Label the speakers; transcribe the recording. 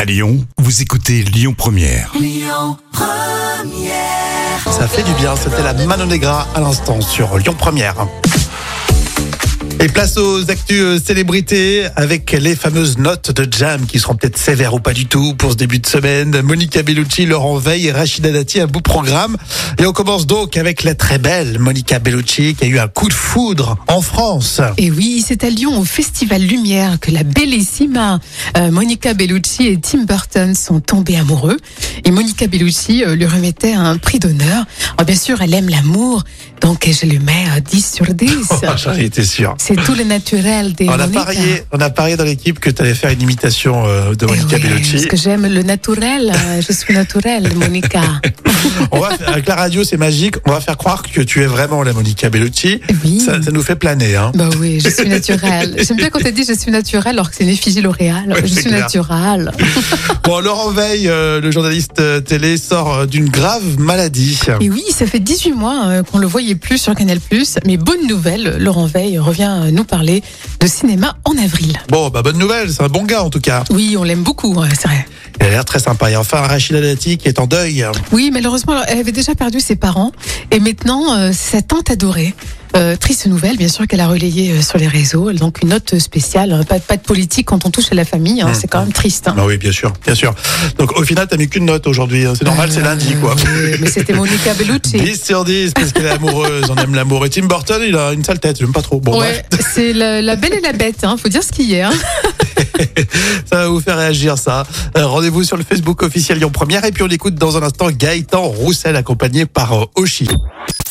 Speaker 1: À Lyon, vous écoutez Lyon Première.
Speaker 2: Ça fait du bien, c'était la Mano Negra à l'instant sur Lyon Première. Et place aux actus euh, célébrités avec les fameuses notes de Jam qui seront peut-être sévères ou pas du tout pour ce début de semaine. Monica Bellucci, Laurent Veil et Rachida Dati, un beau programme. Et on commence donc avec la très belle Monica Bellucci qui a eu un coup de foudre en France.
Speaker 3: Et oui, c'est à Lyon, au Festival Lumière, que la bellissima euh, Monica Bellucci et Tim Burton sont tombés amoureux. Et Monica Bellucci euh, lui remettait un prix d'honneur. Alors, bien sûr, elle aime l'amour, donc je lui mets euh, 10 sur 10.
Speaker 2: Ah, J'en étais sûr.
Speaker 3: c'est tout le naturel des
Speaker 2: Oh, On a,
Speaker 3: Monica.
Speaker 2: parié, on a parié dans l'équipe que tu allais faire une imitation euh, de
Speaker 3: Eh
Speaker 2: Monica
Speaker 3: ouais,
Speaker 2: Bellucci.
Speaker 3: parce que j'aime le naturel, euh, je suis naturelle, Monica.
Speaker 2: On va faire- avec la radio, c'est magique. On va faire croire que tu es vraiment la Monica Bellucci.
Speaker 3: Oui.
Speaker 2: Ça, ça nous fait planer. Hein.
Speaker 3: Bah oui, je suis naturelle. J'aime bien quand t'as dit je suis naturelle alors que c'est une effigie L'Oréal.
Speaker 2: Ouais,
Speaker 3: je
Speaker 2: c'est
Speaker 3: suis
Speaker 2: clair.
Speaker 3: naturelle.
Speaker 2: Bon, Laurent Veil, euh, le journaliste euh, télé, sort euh, d'une grave maladie.
Speaker 3: Et oui, ça fait 18 mois euh, qu'on le voyait plus sur Canal+. Mais bonne nouvelle, Laurent Veil revient euh, nous parler de cinéma en avril.
Speaker 2: Bon, bah bonne nouvelle, c'est un bon gars en tout cas.
Speaker 3: Oui, on l'aime beaucoup, euh, c'est vrai.
Speaker 2: Il a l'air très sympa. Et enfin, Rachida Dati qui est en deuil.
Speaker 3: Oui, malheureusement, alors, elle avait déjà perdu ses parents et maintenant euh, sa tante adorée. Euh, triste nouvelle, bien sûr, qu'elle a relayée euh, sur les réseaux. Donc une note spéciale, hein. pas, pas de politique quand on touche à la famille, hein, c'est quand même triste. hein.
Speaker 2: Ah oui, bien sûr, bien sûr. Donc au final, t'as mis qu'une note aujourd'hui. hein. C'est normal, c'est lundi quoi.
Speaker 3: Euh, mais c'était Monica Bellucci.
Speaker 2: 10 sur 10 parce qu'elle est amoureuse, on aime l'amour. Et Tim Burton, il a une sale tête, j'aime pas trop. Bon, bref.
Speaker 3: Ouais, c'est la, la belle et la bête, hein, faut dire ce qu'il y a. hein.
Speaker 2: Ça va vous faire réagir, ça. Euh, Rendez-vous sur le Facebook officiel Lyon Première. Et puis on écoute dans un instant Gaëtan Roussel accompagné par euh, Oshi.